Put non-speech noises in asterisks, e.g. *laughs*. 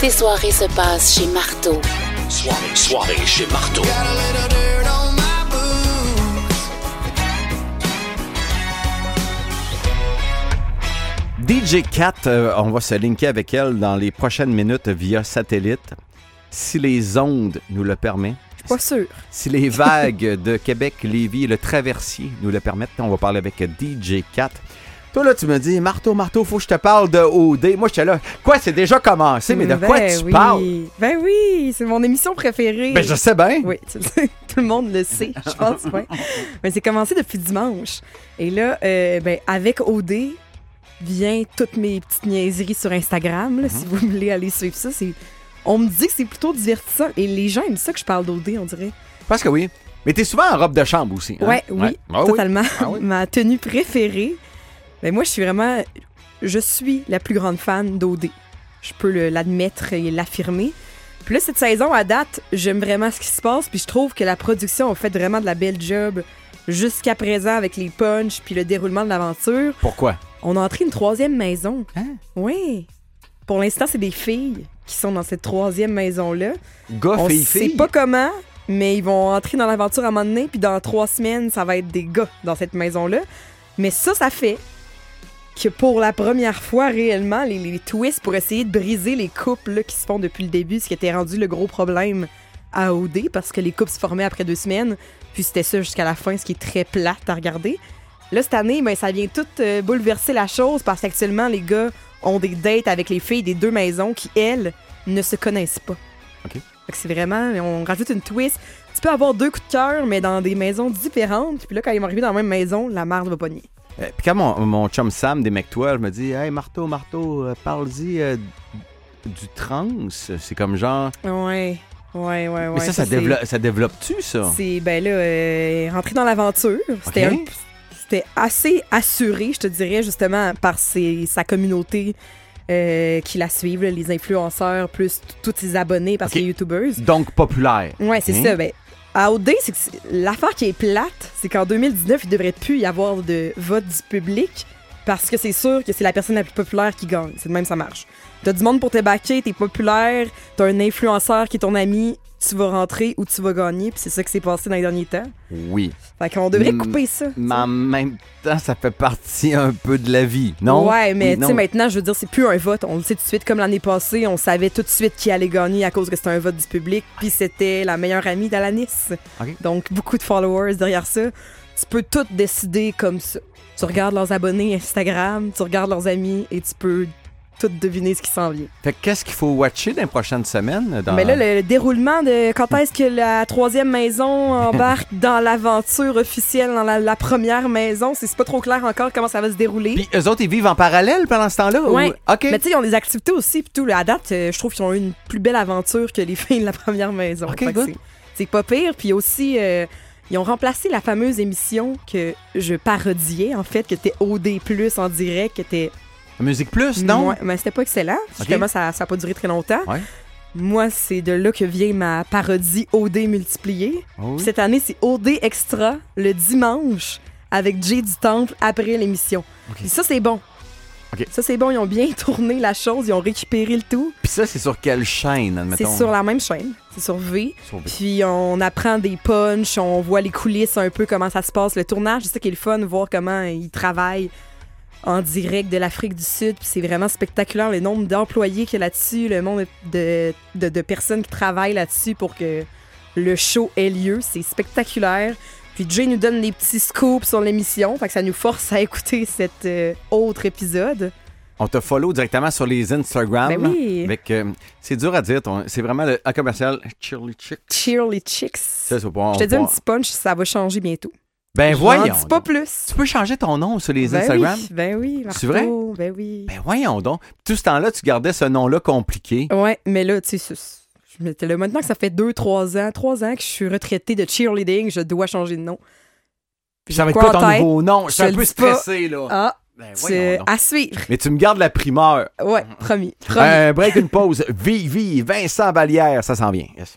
Tes soirées se passent chez Marteau. Soirée, soirée chez Marteau. DJ Cat, euh, on va se linker avec elle dans les prochaines minutes via satellite, si les ondes nous le permettent. Pas sûr. Si les vagues *laughs* de Québec, Lévis et le traversier nous le permettent, on va parler avec DJ 4. Toi, là, tu me dis, Marteau, Marteau, faut que je te parle de OD. Moi, j'étais là, quoi, c'est déjà commencé, mais de Ben quoi tu oui. parles? Ben oui, c'est mon émission préférée. Ben, je sais bien. Oui, tu le sais. *laughs* tout le monde le sait, *laughs* je pense, ouais. Mais c'est commencé depuis dimanche. Et là, euh, ben, avec OD, vient toutes mes petites niaiseries sur Instagram, Mm-hmm. là, si vous voulez aller suivre ça. c'est- On me dit que c'est plutôt divertissant. Et les gens aiment ça que je parle d'OD, on dirait. Parce que oui. Mais t'es souvent en robe de chambre aussi. hein? Ouais, oui, Ah totalement. Ah *laughs* oui. Ma tenue préférée. Mais moi, je suis vraiment. Je suis la plus grande fan d'OD. Je peux le- l'admettre et l'affirmer. Puis là, cette saison, à date, j'aime vraiment ce qui se passe. Puis je trouve que la production a fait vraiment de la belle job jusqu'à présent avec les punchs puis le déroulement de l'aventure. Pourquoi? On a entré une troisième maison. Hein? Oui. Pour l'instant, c'est des filles qui sont dans cette troisième maison-là. Gars, On fille, sait fille. pas comment, mais ils vont entrer dans l'aventure à un moment donné, puis dans trois semaines, ça va être des gars dans cette maison-là. Mais ça, ça fait que pour la première fois réellement, les, les twists pour essayer de briser les couples là, qui se font depuis le début, ce qui était rendu le gros problème à OD, parce que les couples se formaient après deux semaines, puis c'était ça jusqu'à la fin, ce qui est très plate à regarder. Là, cette année, ben, ça vient tout euh, bouleverser la chose, parce qu'actuellement, les gars ont des dates avec les filles des deux maisons qui, elles, ne se connaissent pas. Fait que c'est vraiment, on rajoute une twist. Tu peux avoir deux coups de cœur, mais dans des maisons différentes. Puis là, quand ils vont arriver dans la même maison, la merde va pogner. Euh, Puis quand mon, mon chum Sam des McTwell me dit Hey Marteau, Marteau, euh, parle-y euh, du trans. C'est comme genre. Ouais, ouais, ouais, ouais. mais ça, ça, c'est- développe, ça développe-tu, ça? C'est, ben là, euh, rentrer dans l'aventure. C'était Ok. un- c'était assez assuré, je te dirais, justement, par ses- sa communauté euh, qui la suivent, là, les influenceurs, plus t- tous ses abonnés parce Ok. que YouTubers. Donc populaire. Ouais, c'est Hein? ça. Ben, à OD, c'est que c'est- l'affaire qui est plate, c'est qu'en 2019, il devrait plus y avoir de vote du public parce que c'est sûr que c'est la personne la plus populaire qui gagne. C'est de même ça marche. T'as du monde pour te baquer, t'es populaire, t'as un influenceur qui est ton ami, tu vas rentrer ou tu vas gagner, puis c'est ça qui s'est passé dans les derniers temps. Oui. Fait qu'on devrait Hmm, couper ça. tu Mais sais. en même temps, ça fait partie un peu de la vie, non? Ouais, mais tu Non. sais, maintenant, je veux dire, c'est plus un vote. On le sait tout de suite, comme l'année passée, on savait tout de suite qui allait gagner à cause que c'était un vote du public, puis c'était la meilleure amie d'Alanis. Ok. Donc, beaucoup de followers derrière ça. Tu peux tout décider comme ça. Tu regardes leurs abonnés Instagram, tu regardes leurs amis et tu peux tout deviner ce qui s'en vient. Fait que qu'est-ce qu'il faut watcher dans les prochaines semaines? Dans... Mais là, le, le déroulement de quand est-ce que la troisième maison embarque dans l'aventure officielle, dans la, la première maison, c'est c'est pas trop clair encore comment ça va se dérouler. Puis eux autres, ils vivent en parallèle pendant ce temps-là? ou- Ouais. OK. Mais tu sais, ils ont des activités aussi, puis tout. là, À date, euh, je trouve qu'ils ont eu une plus belle aventure que les *laughs* filles de la première maison. Ok, Fait que good. c'est- C'est pas pire. Puis aussi, euh, ils ont remplacé la fameuse émission que je parodiais, en fait, qui était OD+, en direct, qui était... Musique Plus, non? Mm, Ouais, mais c'était pas excellent. Ok. Justement, ça n'a pas duré très longtemps. Ouais. Moi, c'est de là que vient ma parodie OD multipliée. Oh oui. Cette année, c'est OD Extra le dimanche avec Jay du Temple après l'émission. Ok. Puis Ça, c'est bon. Ok. Ça, c'est bon. Ils ont bien *laughs* tourné la chose. Ils ont récupéré le tout. Puis ça, c'est sur quelle chaîne, C'est admettons? sur la même chaîne. C'est sur V. Sur V. Puis on apprend des punchs, on voit les coulisses un peu, comment ça se passe, le tournage. C'est ça qui est le fun, voir comment ils travaillent en direct de l'Afrique du Sud. Puis c'est vraiment spectaculaire le nombre d'employés qu'il y a là-dessus, le nombre de, de- de personnes qui travaillent là-dessus pour que le show ait lieu. C'est spectaculaire. Puis Jay nous donne des petits scoops sur l'émission, fait que ça nous force à écouter cet euh, autre épisode. On te follow directement sur les Instagram. Ben oui. Avec, euh, c'est dur à dire. ton- C'est vraiment le A commercial Chirly Chick. Cheerly Chicks. Ça, c'est pas- Je te dis on- un petit punch, ça va changer bientôt. Ben Je voyons. n'en dis pas donc. plus. Tu peux changer ton nom sur les ben Instagram. Oui, ben oui, C'est Marco. vrai? Ben oui. Ben voyons donc. Tout ce temps-là, tu gardais ce nom-là compliqué. Ouais, mais là, tu sais, c'est- je m'étais là. Maintenant que ça fait deux, trois ans, trois ans que je suis retraitée de cheerleading, je dois changer de nom. Puis ça va être Quoi pas ton en tête? nouveau nom. Je suis Je un le peu dis pas. stressé, là. Ah, Ben c'est voyons donc. Mm. à suivre. Mais tu me gardes la primeur. Ouais, promis. promis. Euh, Un break, une pause. Vivi, Vincent Vallière, ça s'en vient. Yes.